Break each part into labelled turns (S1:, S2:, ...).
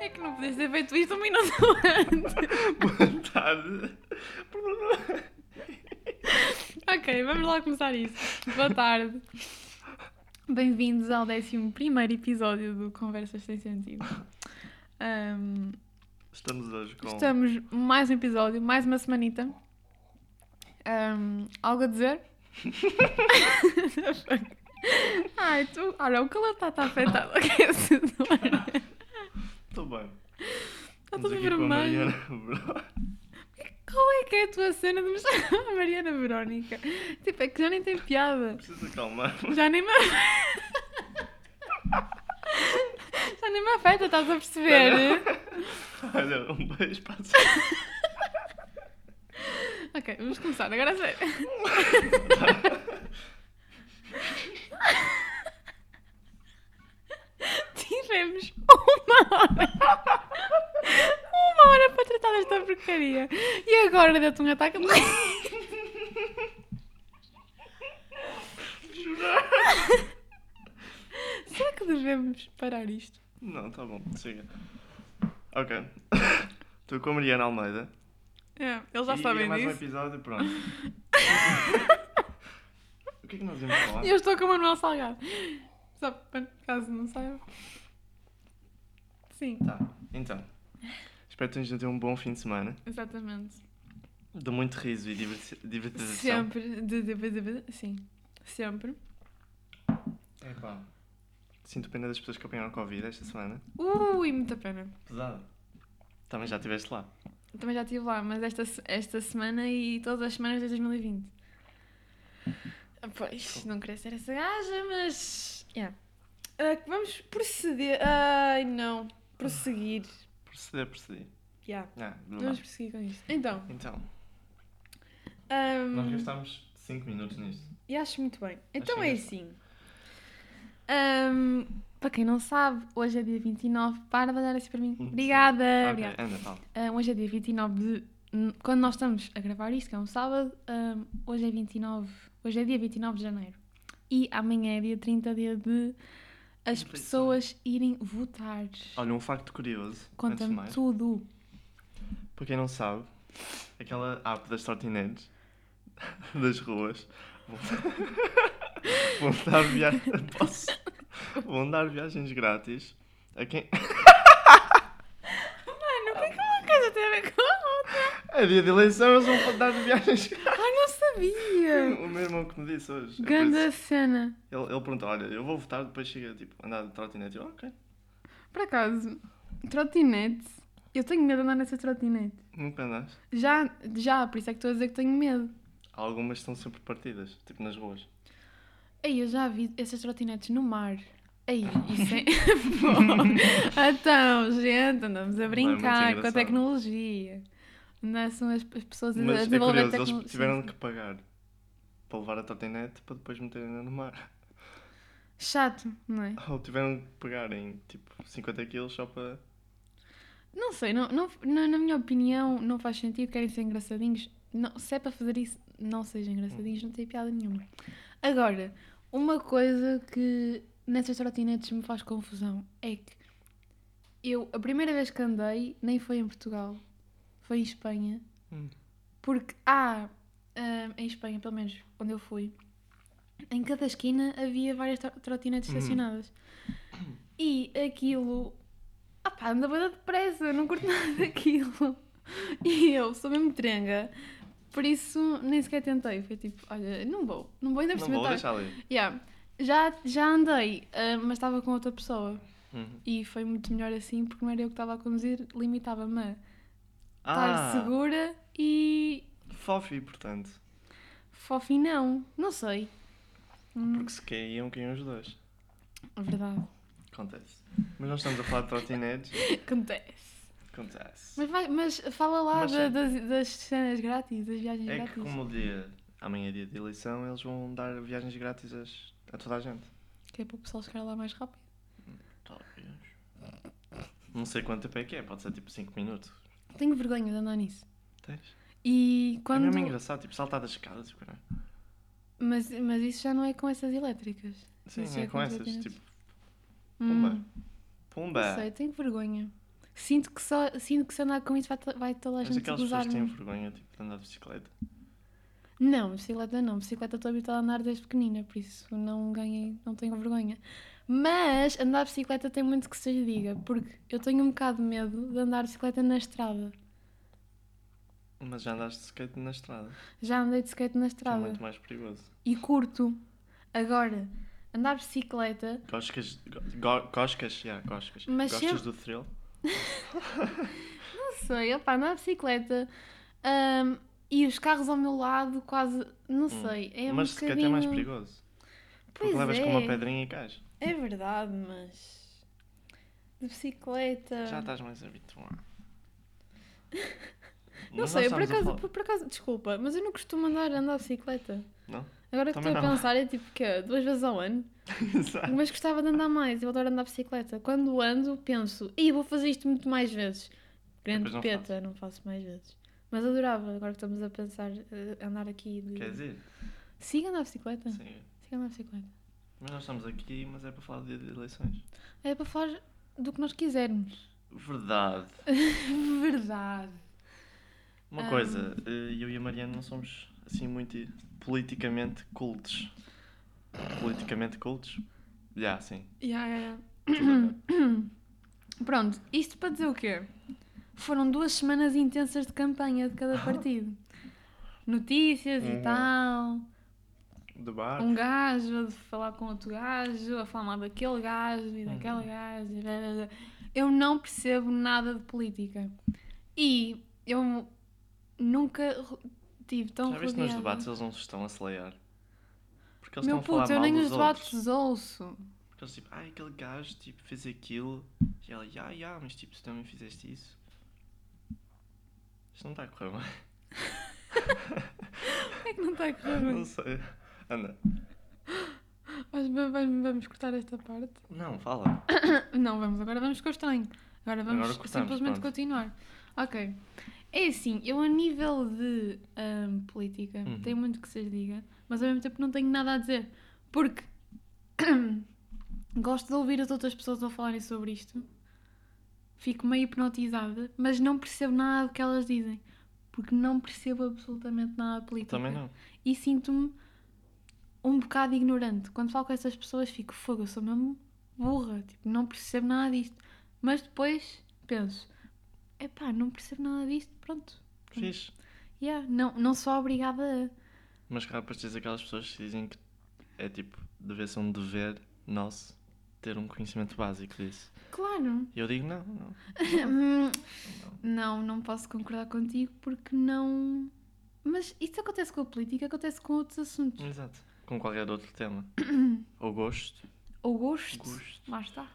S1: É que não podias ter feito isto um minuto antes.
S2: Vontade.
S1: ok, vamos lá começar isso. Boa tarde. Bem-vindos ao 11 episódio do Conversas Sem Sentido. Ahm,
S2: Estamos hoje com.
S1: estamos mais um episódio, mais uma semanita. Ahm, algo a dizer? Ai, tu. Olha, o calor está tá afetado. Ok, esse não é.
S2: Estou bem.
S1: Está todo
S2: aqui com a
S1: Tá vermelho.
S2: Mariana.
S1: Qual é que é a tua cena de mostrar a Mariana Verónica? Tipo, é que já nem tem piada.
S2: Preciso acalmar.
S1: Já nem me. já nem me afeta, estás a perceber?
S2: Tá, Olha, um beijo para a senhora.
S1: ok, vamos começar, agora é a sério. Tivemos uma hora. Uma hora para tratar desta porcaria. E agora deu-te um ataque.
S2: Jurar.
S1: Será que devemos parar isto?
S2: Não, tá bom, siga. Ok. Estou com a Mariana Almeida.
S1: É, eles já
S2: E- e é
S1: sabem
S2: mais um
S1: disso.
S2: episódio, pronto. O que é que nós íamos falar?
S1: Eu estou com o Manuel Salgado. Só para caso não saiba. Sim,
S2: Tá, então. Espero que tenhas tido um bom fim de semana.
S1: exatamente.
S2: De muito riso e diversi- divertização.
S1: Sempre. De, de, de, de- sim, sempre.
S2: Epá. Sinto pena das pessoas que apanharam Covid esta semana.
S1: Ui, muita pena.
S2: Pesado. Também já estiveste lá.
S1: Também já estive lá, mas esta, se- esta semana e todas as semanas desde 2020. Ah, Pois, não queria ser essa gaja, mas. yeah. Ah, vamos proceder. Ai, não. Prosseguir.
S2: Proceder, proceder.
S1: Yeah.
S2: Ah, não
S1: Vamos
S2: dá.
S1: prosseguir com isto. Então.
S2: Então,
S1: ahm,
S2: nós gastámos 5 minutos nisto.
S1: E acho muito bem. Então
S2: Acho
S1: é assim. Ahm, para quem não sabe, hoje é dia 29. Para de olhar assim para mim.
S2: Hum, sim.
S1: Obrigada.
S2: ok,
S1: obrigada.
S2: anda, fala.
S1: Ah, hoje é dia 29 de. hum, Quando nós estamos a gravar isto, que é um sábado, ahm, hoje é 29. Hoje é dia 29 de janeiro. E amanhã é dia 30, dia de as
S2: Eleições.
S1: pessoas irem votar.
S2: Olha, um facto curioso. antes de
S1: Conta-me
S2: mais.
S1: tudo.
S2: Para quem não sabe, aquela app das trotinetes das ruas vão, vão dar viagens. Posso? Vão dar viagens grátis a quem.
S1: Mano, o que é que uma coisa tem a ver com a outra?
S2: É dia de eleição, eles vão dar viagens grátis.
S1: Ai, Ah, não sabia!
S2: O meu irmão que me disse hoje. É por
S1: Ganda
S2: isso.
S1: cena.
S2: Ele, ele perguntou: olha, eu vou votar, depois chega tipo, a andar de trotinete. Eu, ok,
S1: Por acaso, trotinete. Eu tenho medo de andar nessa trotinete.
S2: nunca andaste.
S1: Já, já, por isso é que estou a dizer que tenho medo.
S2: Algumas estão sempre partidas, tipo nas ruas.
S1: Ei, eu já vi essas trotinetes no mar. Ei, isso é. Pô. então, gente, andamos a
S2: Não, é muito
S1: brincar com a
S2: engraçado.
S1: tecnologia. Não é? são as as pessoas a
S2: Mas é
S1: desenvolver
S2: curioso,
S1: tecnologia.
S2: eles tiveram que pagar para levar a trotinete para depois meterem-na no mar.
S1: Chato, não é?
S2: Ou tiveram que pegar em tipo 50 quilos só para.
S1: Não sei, não, não, na, na minha opinião, não faz sentido. Querem ser engraçadinhos. Não, se é para fazer isso, não sejam engraçadinhos, não tem piada nenhuma. Agora, uma coisa que nessas trotinetes me faz confusão é que eu, a primeira vez que andei, nem foi em Portugal, foi em Espanha.
S2: Hum.
S1: Porque há, ah, em Espanha, pelo menos onde eu fui, em cada esquina havia várias tro- trotinetes
S2: Hum.
S1: estacionadas. E aquilo. Ah pá, anda bem depressa, não curto nada daquilo. E eu sou mesmo trenga, por isso nem sequer tentei. Foi tipo, olha, não vou, não vou ainda
S2: Não vou
S1: experimentar.
S2: deixar ali.
S1: Yeah. Já, já andei, ah, mas estava com outra pessoa.
S2: Uhum.
S1: E foi muito melhor assim, porque não era eu que estava a conduzir, limitava-me a
S2: Tá Ah.
S1: estar segura e
S2: fofo e portanto.
S1: fofinho não. Não sei. Hum,
S2: Porque se caíam, caíam os dois.
S1: é verdade.
S2: Acontece. Mas nós estamos a falar de trotinetes.
S1: Acontece.
S2: Acontece.
S1: Mas, vai- mas fala lá
S2: Mas
S1: da-
S2: sim.
S1: das, das cenas grátis, das viagens
S2: É
S1: grátis.
S2: que como o dia. Amanhã é dia de eleição, eles vão dar viagens grátis às- a toda a gente.
S1: Que é para o pessoal chegar lá mais rápido.
S2: Talvez. Não sei quanto tempo é que é, pode ser tipo 5 minutos.
S1: Tenho vergonha de andar nisso.
S2: Tens?
S1: E
S2: É
S1: quando.
S2: mesmo engraçado, tipo, saltar das escadas. tipo, não é?
S1: mas, mas isso já não é com essas elétricas.
S2: Sim,
S1: Isso
S2: é
S1: é
S2: com essas.
S1: completamente-
S2: Tipo, pumba.
S1: Hum,
S2: Pumba.
S1: não sei, tenho vergonha. Sinto que, só, sinto que se andar com isso vai, to- vai toda a
S2: Mas
S1: gente é?
S2: aquelas pessoas
S1: usar.
S2: que têm vergonha tipo, de andar de bicicleta.
S1: Não, bicicleta não. Bicicleta estou habituada a andar desde pequenina, por isso não ganhei, não tenho vergonha. Mas andar de bicicleta tem muito que se lhe diga, porque eu tenho um bocado de medo de andar de bicicleta na estrada.
S2: Mas já andaste de skate na estrada.
S1: Já andei de skate na
S2: Que é
S1: estrada
S2: muito mais perigoso.
S1: e curto. Agora, andar de bicicleta,
S2: Coscas. Go, go- coscas, yeah, coscas.
S1: Mas
S2: Gostas
S1: sempre-
S2: do thrill?
S1: não sei, opá, andar de bicicleta hum, e os carros ao meu lado quase, não
S2: Hum.
S1: sei, é um
S2: mas skate é mais
S1: bocadinho-
S2: perigoso. Porque
S1: Pois
S2: levas
S1: é,
S2: com uma pedrinha e cais.
S1: é verdade, mas de bicicleta...
S2: Já tá. estás mais habituado.
S1: Não
S2: Mas nós
S1: sei, eu por
S2: estamos a
S1: acaso,
S2: falar-
S1: por, por acaso, desculpa, mas eu não costumo andar, andar de bicicleta.
S2: Não?
S1: Agora que
S2: Também
S1: estou a
S2: não.
S1: pensar, é tipo que duas vezes ao ano.
S2: Exato.
S1: Mas gostava de andar mais, eu adoro andar de bicicleta. Quando ando, penso, e vou fazer isto muito mais vezes. Grande
S2: Depois não
S1: peta, não faço mais vezes. Mas adorava, agora que estamos a pensar, eh, andar aqui. De...
S2: Quer dizer?
S1: Siga andar de bicicleta.
S2: Sim.
S1: Siga andar de bicicleta.
S2: Mas nós estamos aqui, mas é para falar de de eleições.
S1: É para falar do que nós quisermos.
S2: Verdade.
S1: Verdade.
S2: Uma
S1: Ahm.
S2: coisa, eh, eu e a Mariana não somos assim muito politicamente cultos. Politicamente cultos? Já, sim.
S1: Ya, ya, ya.
S2: Tudo bem.
S1: Pronto, isto para dizer o quê? Foram duas semanas intensas de campanha de cada partido. Notícias e
S2: Hum.
S1: tal.
S2: Debate.
S1: Um gajo a falar com outro gajo, a falar mal daquele gajo e daquela
S2: Uhum.
S1: gajo. e blá, blá, blá. Eu não percebo nada de política. E eu nunca ro- tive tão
S2: Já viste nos
S1: rodeada.
S2: debates eles não se estão a celear? Porque eles
S1: Meu
S2: estão a
S1: puto,
S2: falar
S1: eu
S2: mal
S1: nem
S2: dos
S1: os debates
S2: outros.
S1: ouço.
S2: Porque eles tipo, ai aquele gajo tipo, fez aquilo e ela, ya, ya, mas tipo, tu também fizeste isso. Isto não está a correr bem.
S1: Como é que não está a correr
S2: Não
S1: bem?
S2: sei. Anda.
S1: Mas va- va- Vamos cortar esta parte.
S2: Não, fala.
S1: Não, vamos, agora vamos com o estranho. Agora vamos
S2: Agora cortamos,
S1: simplesmente
S2: pronto.
S1: continuar. Ok. É assim, eu a nível de ahm, política
S2: Uhum.
S1: tenho muito que se lhe diga, mas ao mesmo tempo não tenho nada a dizer. Porque gosto de ouvir as outras pessoas a falarem sobre isto. Fico meio hipnotizada, mas não percebo nada do que elas dizem. Porque não percebo absolutamente nada de política
S2: Também não.
S1: e sinto-me um bocado ignorante. Quando falo com essas pessoas, fico fogo, eu sou mesmo burra, tipo, não percebo nada disto. Mas depois penso, epá, não percebo nada disto, pronto.
S2: Fiz.
S1: Yeah, não, não sou obrigada a.
S2: Mas cá para dizer aquelas pessoas que dizem que é tipo, deve ser um dever nosso ter um conhecimento básico disso.
S1: Claro!
S2: E eu digo, não, não.
S1: Hum, não, não posso concordar contigo porque não. Mas isso acontece com a política, acontece com outros assuntos.
S2: Exato. Com qualquer outro tema. Ou gosto.
S1: Ou gosto.
S2: Gosto.
S1: Lá está.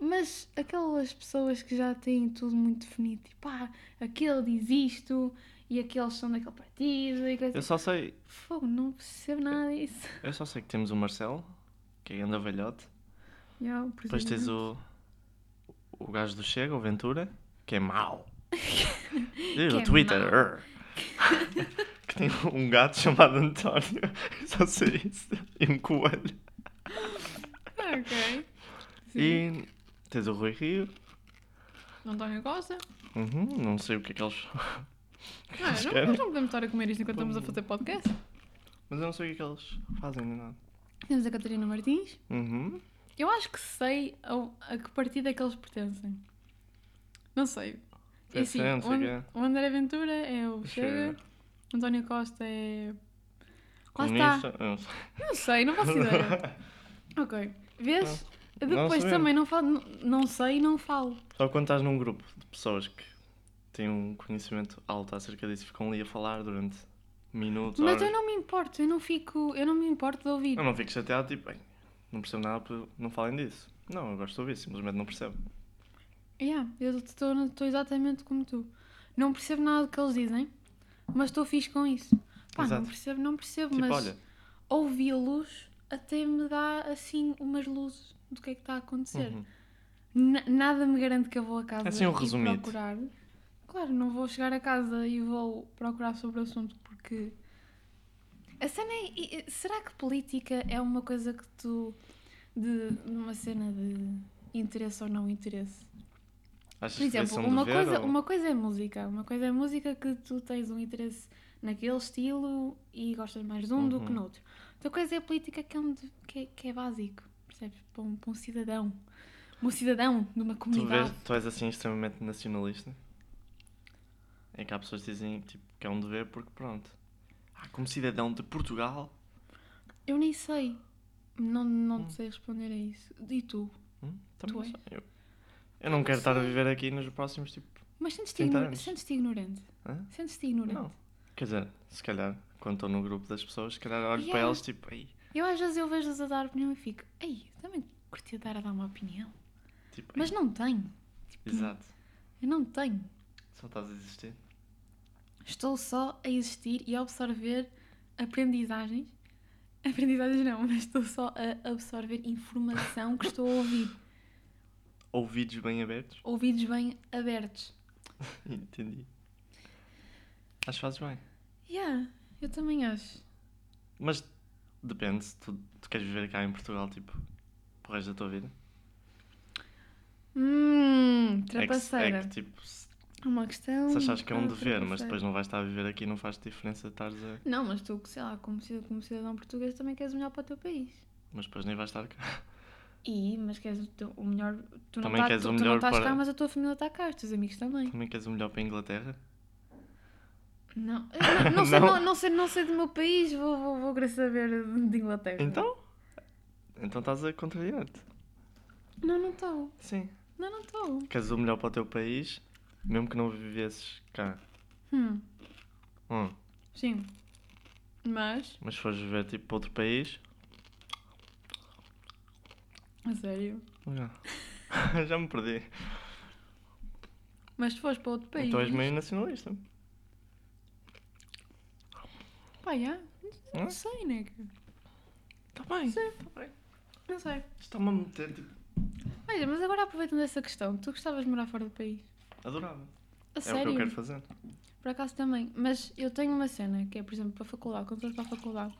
S1: Mas aquelas pessoas que já têm tudo muito definido, tipo, ah, aquele diz isto e aqueles são daquele partido e coisa assim."
S2: Eu só sei,
S1: Fogo, não percebo nada disso.
S2: eu só sei que temos o Marcelo, que é anda velhote.
S1: Yeah, o
S2: Depois tens
S1: presidente.
S2: o, o gajo do Chega, o Ventura, que é mau. E o
S1: é
S2: Twitter.
S1: mau.
S2: er. que tem um gato chamado António. Só sei isso. E um coelho.
S1: Ah, ok. Sim.
S2: E tens o Rui Rio.
S1: Não estão em gosta?
S2: Uhum, não sei o que é que eles.
S1: Ah,
S2: Eles
S1: não,
S2: querem.
S1: nós não podemos estar a comer isto enquanto estamos a fazer podcast.
S2: Mas eu não sei o que é que eles fazem nem nada.
S1: Temos a Catarina Martins.
S2: Uhum.
S1: Eu acho que sei ao- a, que partido é que eles pertencem. Não sei. É
S2: É
S1: assim,
S2: sim, não
S1: o,
S2: sei o
S1: And- o André Ventura é o Chega. António Costa é. Lá está.
S2: Comunista. eu não sei.
S1: Não sei, não é faço ideia. ok. Vês?
S2: Não
S1: Depois
S2: sabemos.
S1: também não falo, não, não sei e não falo.
S2: Só quando estás num grupo de pessoas que têm um conhecimento alto acerca disso, ficam ali a falar durante minutos.
S1: Mas
S2: horas.
S1: eu não me importo, eu não fico, eu não me importo de ouvir.
S2: Eu não fico chateado, tipo, bem, não percebo nada, por- não falem disso. Não, eu gosto de ouvir, simplesmente não percebo.
S1: Yeah, eu estou exatamente como tu. Não percebo nada do que eles dizem, mas estou fixe com isso. Pá,
S2: Exato.
S1: não percebo, não percebo,
S2: Tipo,
S1: mas
S2: olha,
S1: ouvi-los até me dá assim umas luzes do que é que está a acontecer.
S2: uhum,
S1: Na- nada me garante que eu vou a casa
S2: Assim, um
S1: e
S2: resumido.
S1: procurar. Claro, não vou chegar a casa e vou procurar sobre o assunto porque a cena é, e- e- será que política é uma coisa que tu de numa cena de interesse ou não interesse?
S2: Achas
S1: Por exemplo,
S2: que foi
S1: uma
S2: de ver,
S1: coisa,
S2: ou-
S1: uma coisa é música. Uma coisa é música que tu tens um interesse naquele estilo e gostas mais de um do que
S2: Uhum.
S1: no outro. Outra coisa é política que é, um de- que é, que é básico, percebes? Para um, para um cidadão. Um cidadão de uma
S2: Tu, vês,
S1: comunidade.
S2: tu és assim extremamente nacionalista? É que há pessoas que dizem tipo, que é um dever porque pronto. Ah, como cidadão de Portugal.
S1: Eu nem sei. Não, não
S2: Hum.
S1: sei responder a isso. E tu?
S2: Hum,
S1: Tu
S2: também não
S1: és?
S2: sei. Eu, eu não quero estar a
S1: sei.
S2: viver aqui nos próximos tipo.
S1: Mas sentes-te
S2: 30
S1: igno-
S2: anos.
S1: sentes-te ignorante?
S2: Hã?
S1: Sentes-te ignorante?
S2: Não. Quer dizer, se calhar, quando estou no grupo das pessoas, se calhar olho para
S1: Yeah.
S2: eles tipo, ei,
S1: Eu às vezes eu vejo-os a dar opinião e fico, ei, eu também curtia dar a dar uma opinião.
S2: tipo, ei,
S1: Mas tipo, não tenho.
S2: exato.
S1: Eu não tenho.
S2: Só estás a existir.
S1: Estou só a existir e a absorver aprendizagens. Aprendizagens não, mas estou só a absorver informação que estou a ouvir.
S2: Ouvidos bem abertos.
S1: Ouvidos bem abertos.
S2: Entendi. Acho que fazes bem.
S1: Yeah, eu também acho.
S2: Mas depende se tu, tu queres viver cá em Portugal, tipo, pro resto da tua vida.
S1: Hum,
S2: É que, se- é
S1: trapaceira.
S2: que, tipo, se,
S1: É uma questão.
S2: se achas que é um
S1: ah,
S2: dever, mas
S1: trapaceira.
S2: depois não vais estar a viver aqui, não faz diferença estares a.
S1: Não, mas tu, sei lá, como cida- como cidadão português também queres o melhor para o teu país.
S2: Mas depois nem vais estar cá.
S1: E, mas queres o, teu- o melhor. Tu não,
S2: Também
S1: tá-
S2: queres
S1: tu, tu
S2: o
S1: não
S2: melhor
S1: estás cá,
S2: para-
S1: mas a tua família está cá, os teus amigos também.
S2: Também queres o melhor para a Inglaterra?
S1: Não, Eu não, não sei,
S2: Não?
S1: não, não sei, não sei do meu país, vou, vou, vou querer saber de Inglaterra.
S2: Então? Então estás a contrariar-te.
S1: Não, não estou.
S2: Sim.
S1: Não, não estou.
S2: Queres o melhor para o teu país, mesmo que não vivesses cá.
S1: Hum,
S2: Hum,
S1: sim. Mas,
S2: mas se fores viver, tipo, para outro país.
S1: a sério.
S2: Já, já me perdi.
S1: Mas se fores para outro país.
S2: Então és meio nacionalista.
S1: Pá, já. Não
S2: Hã?
S1: sei, nega.
S2: Está Tá bem.
S1: Sim.
S2: Está bem.
S1: Não sei.
S2: Está-me a meter, tipo,
S1: Olha, mas agora aproveitando essa questão, tu gostavas de morar fora do país?
S2: adorava.
S1: A
S2: É o que
S1: sério?
S2: eu quero fazer.
S1: Por acaso também. Mas eu tenho uma cena que é, por exemplo, para a faculdade. Quando estás para a faculdade.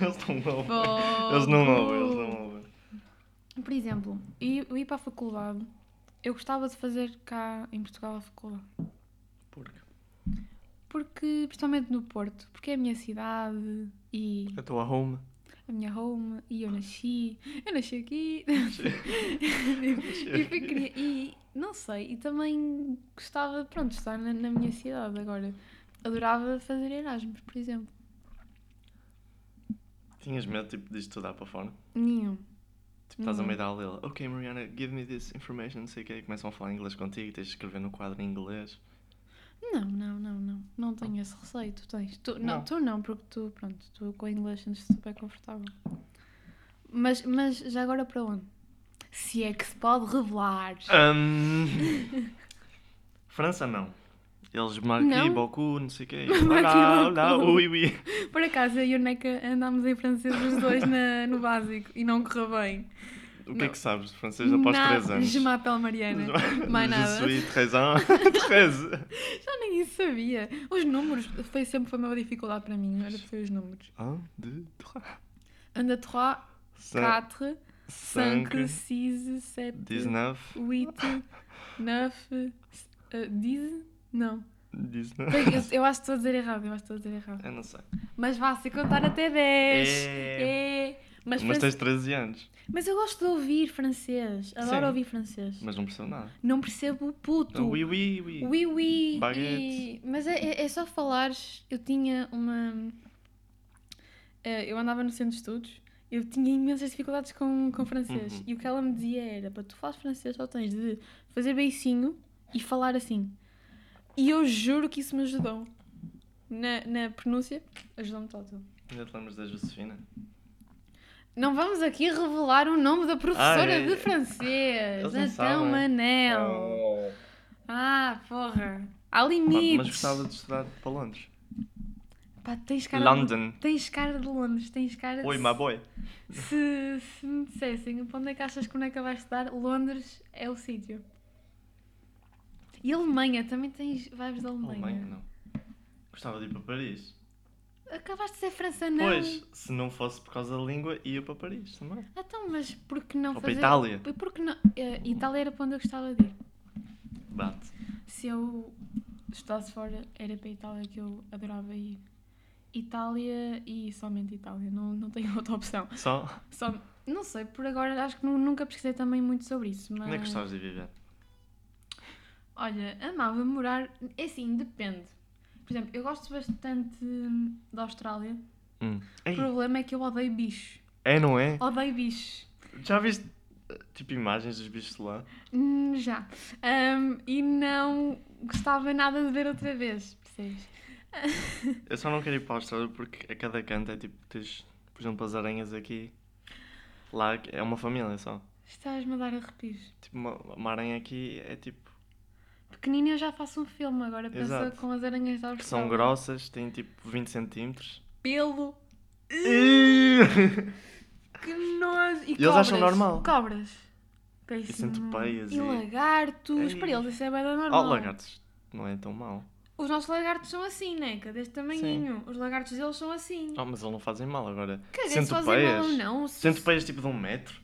S2: Eles não ouvem. Eles não ouvem, eles não ouvem.
S1: Por exemplo, eu eu ir para a faculdade, eu gostava de fazer cá em Portugal a faculdade.
S2: Porque
S1: Porque, principalmente no Porto, porque é a minha cidade e
S2: eu estou a home.
S1: a minha home e eu nasci, eu nasci aqui e, fui cri- e não sei, e também gostava, pronto, de estar na, na minha cidade agora. Adorava fazer Erasmus, por exemplo.
S2: Tinhas medo, tipo, de estudar para fora?
S1: Nenhum.
S2: Tipo, estás a
S1: Não.
S2: meio da aula e ela, ok, Mariana, give me this information, não sei o quê. Começam a falar inglês contigo, tens de escrever no quadro em inglês.
S1: Não, não, não, não. Não tenho esse receio. Tu tens. Tu, não,
S2: Não.
S1: tu não, porque tu, pronto, tu com o inglês sentes-te super confortável. Mas, mas já agora para onde? Se é que se pode revelar.
S2: Hum, França, não. Eles marquem
S1: Não?
S2: Baku, não sei o quê.
S1: Marquis
S2: Olá, olá,
S1: Baku.
S2: ui, ui.
S1: Por acaso, eu e a Neca andámos em francês os dois na- no básico e não correu bem.
S2: O que é
S1: Não.
S2: que sabes de francês após
S1: Nada.
S2: 3 anos?
S1: Je m'appelle Mariana. Mais nada.
S2: Je suis 13 ans. 13.
S1: Já nem isso sabia. Os números foi sempre foi uma dificuldade para mim, era foi os números.
S2: 1, 2, 3,
S1: Anda 3,
S2: Tá. 5,
S1: 4, 5,
S2: 5,
S1: 6, 7,
S2: 19,
S1: 8, 9, 10? eh, Não.
S2: 19.
S1: Bem, eu, eu acho que estou a dizer errado, eu acho que estou a dizer errado.
S2: Eu não sei.
S1: Mas vá, se contar até 10. É. Mas,
S2: Mas,
S1: fran-
S2: tens 13 anos,
S1: mas eu gosto de ouvir francês. Adoro
S2: Sim.
S1: ouvir francês.
S2: mas não percebo nada. Então,
S1: Não percebo o puto.
S2: Oui, oui, oui.
S1: Oui, oui. E...
S2: Baguette.
S1: Mas é, é, é só falares. Eu tinha uma. eh, Eu andava no centro de estudos. Eu tinha imensas dificuldades com, com francês.
S2: Uhum.
S1: E o que ela me dizia era: para tu falares francês, só tens de fazer beicinho e falar assim. E eu juro que isso me ajudou. Na, na pronúncia, ajudou-me total.
S2: Ainda te lembras da Josefina?
S1: Não vamos aqui revelar o nome da professora
S2: Ah, é.
S1: de francês.
S2: Eles não
S1: Então,
S2: sabem. É
S1: Manel. Ah, porra. Há limites.
S2: Mas, mas gostava de estudar para Londres.
S1: Pá, tens cara
S2: London.
S1: De... Tens cara de Londres, tens cara de...
S2: Oi, my boy.
S1: Se, se me dissessem para onde é que achas que onde é que vais estudar, Londres é o sítio. E Alemanha, também tens vibes da Alemanha.
S2: Alemanha, não. Gostava de ir para Paris.
S1: Acabaste de ser França, não?
S2: Pois, se não fosse por causa da língua, ia para Paris também.
S1: Então, mas por que não
S2: Ou para
S1: fazer...
S2: Itália.
S1: E por que não... eh, Itália era para onde eu gostava de ir.
S2: Bate.
S1: Se eu estudasse fora, era para a Itália que eu adorava ir. Itália e somente Itália, não, não tenho outra opção.
S2: Só.
S1: Só, não sei, por agora acho que nu- nunca pesquisei também muito sobre isso, mas...
S2: Onde é que gostavas de viver?
S1: Olha, amava morar... É assim, depende. Por exemplo, eu gosto bastante hum, da Austrália.
S2: Hum. Ei,
S1: O problema é que eu odeio bichos.
S2: É, não é?
S1: Odeio bichos.
S2: Já viste, eh, tipo, imagens dos bichos de lá?
S1: Hum, Já. Ahm, e não gostava nada de ver outra vez, percebes?
S2: Eu só não quero ir para a Austrália porque a cada canto é tipo, tens, por exemplo, as aranhas aqui. Lá é uma família só.
S1: Estás-me a dar arrepios.
S2: Tipo, uma, uma aranha aqui é tipo.
S1: Pequenina eu já faço um filme agora, pensa
S2: Exato.
S1: com as aranhas da
S2: que são
S1: Austrália.
S2: grossas, têm tipo 20 centímetros.
S1: Pelo,
S2: e
S1: que nojo. E,
S2: E eles acham
S1: cobras.
S2: normal.
S1: Cobras. Péssimo.
S2: centopeias
S1: E
S2: e-
S1: lagartos.
S2: Ei.
S1: Para eles isso é bem
S2: Oh,
S1: normal.
S2: lagartos, não é tão mau.
S1: Os nossos lagartos são assim, né? Que é deste tamanhinho. Os lagartos deles são assim.
S2: Oh, mas eles não fazem mal agora.
S1: Caguei se fazem mal ou não. Se...
S2: Centopeias tipo de um metro.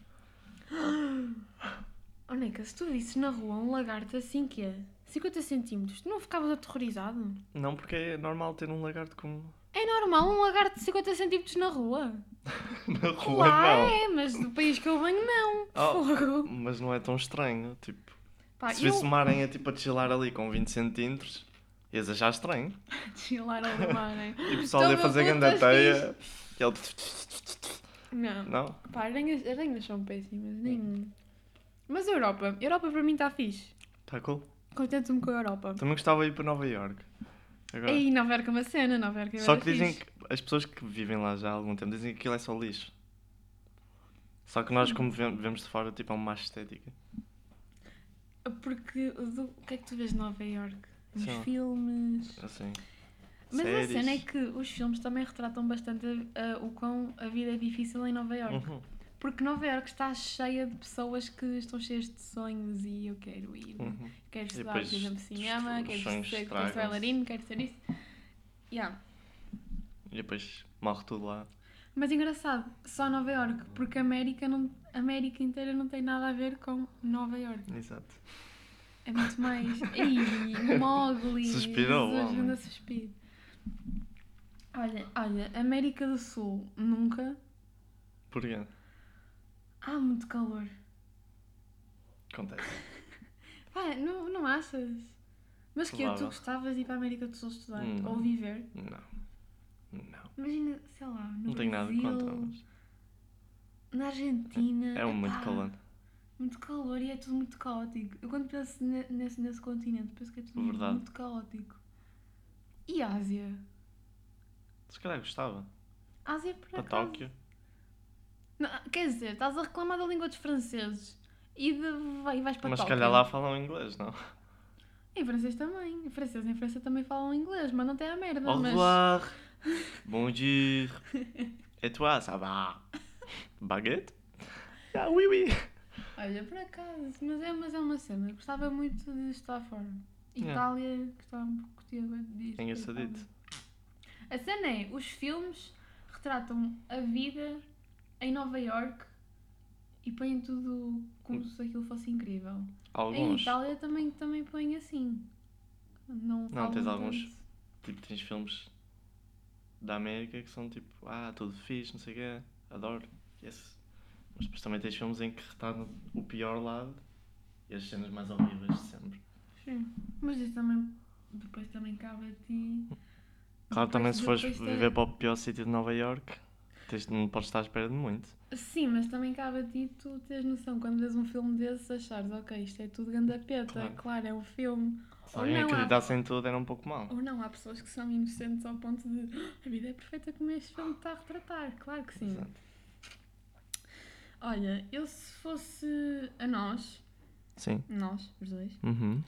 S1: Oh, Neca, se tu visses na rua um lagarto assim que é 50 centímetros, tu não ficavas aterrorizado?
S2: Não, porque é normal ter um lagarto como.
S1: É normal um lagarto de 50 centímetros na rua.
S2: Na rua,
S1: Lá
S2: não.
S1: é, mas do país que eu venho, não.
S2: Oh.
S1: Fogo.
S2: Mas não é tão estranho. Tipo,
S1: Pá,
S2: se visse
S1: Ah, eu...
S2: uma aranha tipo a desfilar ali com 20 centímetros, ias achar estranho.
S1: Desfilar ali no mar, né?
S2: E o pessoal ia
S1: Toma
S2: fazer
S1: putas
S2: ganda teia. E ele.
S1: Não.
S2: Não?
S1: Pá, aranhas, aranhas são péssimas.
S2: Hum.
S1: Nem... Mas a Europa. A Europa para mim está fixe.
S2: Tá cool.
S1: Contento-me com a Europa.
S2: Também gostava de ir para Nova Iorque. Agora.
S1: Aí, Nova Iorque é uma cena. Nova Iorque
S2: Só
S1: era
S2: que dizem
S1: é fixe.
S2: que as pessoas que vivem lá já há algum tempo dizem que aquilo é só lixo. Só que nós, como ve- vemos de fora, tipo, é uma má estética.
S1: Porque do- o que é que tu vês de Nova Iorque? Nos
S2: Sei lá.
S1: filmes...
S2: Assim.
S1: Mas
S2: séries.
S1: a cena é que os filmes também retratam bastante a- a- o quão a vida é difícil em Nova Iorque.
S2: Uhum.
S1: Porque Nova Iorque está cheia de pessoas que estão cheias de sonhos e eu quero ir,
S2: Uhum.
S1: quero estudar,
S2: depois
S1: por exemplo,
S2: os-
S1: cinema,
S2: os
S1: quero
S2: sonhos
S1: ser, quero ser
S2: estragam-se.
S1: bailarino, quero ser isso. Yeah.
S2: E depois morre tudo lá.
S1: Mas engraçado, só Nova Iorque, porque a América, não, a América inteira não tem nada a ver com Nova Iorque.
S2: Exato.
S1: É muito mais. Ei, Mowgli!
S2: Suspirou,
S1: Jesus,
S2: homem.
S1: grande suspiro. Olha, olha, América do Sul, nunca.
S2: Porquê?
S1: Há muito calor.
S2: Acontece.
S1: Pá, não, não achas? Mas que tu
S2: Provável.
S1: gostavas de ir para a América do Sul estudar
S2: Hum.
S1: ou viver?
S2: Não. Não.
S1: Imagina, sei lá, no
S2: Não tenho nada
S1: Brasil,
S2: contra, mas.
S1: na Argentina.
S2: É um muito
S1: Epá,
S2: calante.
S1: Muito calor e é tudo muito caótico. Eu quando penso ne- nesse, nesse continente, penso que é tudo
S2: Verdade.
S1: muito caótico. E Ásia?
S2: Se calhar gostava.
S1: Ásia por
S2: Para
S1: acaso.
S2: Tóquio.
S1: Não, quer dizer, estás a reclamar da língua dos franceses e, de, vai- e vais para
S2: Mas se
S1: Tóquio.
S2: calhar lá falam inglês, não?
S1: Em francês também. Em francês, em França também falam inglês, mas não tem a merda.
S2: Au
S1: mas...
S2: revoir. Bonjour. Et toi, ah, ça va? Baguette? Ah, oui, oui.
S1: Olha, por acaso, mas é, mas é uma cena. Eu gostava muito de estar fora.
S2: Yeah.
S1: Itália, gostava um muito curtia muito disso.
S2: Engraçadito.
S1: A cena é, os filmes retratam a vida em Nova York e põem tudo como se aquilo fosse incrível. Em
S2: Alguns.
S1: Itália também, também põem assim. Não, falam
S2: tens
S1: tanto.
S2: alguns. Tipo, tens filmes da América que são tipo, ah, tudo fixe, não sei o quê, adoro. Yes. Mas depois também tens filmes em que retratam o pior lado e as cenas mais horríveis de sempre.
S1: Sim. Mas isso também, depois também cabe a ti.
S2: Claro, também se
S1: Depois-
S2: fores
S1: depois
S2: viver para o pior sítio de Nova Iorque, tens, não podes estar à espera de muito.
S1: Sim, mas também cabe a ti tu teres noção quando vês um filme desses achares, ok, isto é tudo ganda peta, claro,
S2: Claro. é
S1: é um filme.
S2: Se
S1: Ou
S2: alguém
S1: não, há-
S2: acreditasse em tudo era um pouco mal.
S1: Ou não, há pessoas que são inocentes ao ponto de "Ah, a vida é perfeita como este filme está a retratar, claro que sim.
S2: Exato.
S1: Olha, eu se fosse a nós,
S2: Sim.
S1: nós, os dois,
S2: Uhum.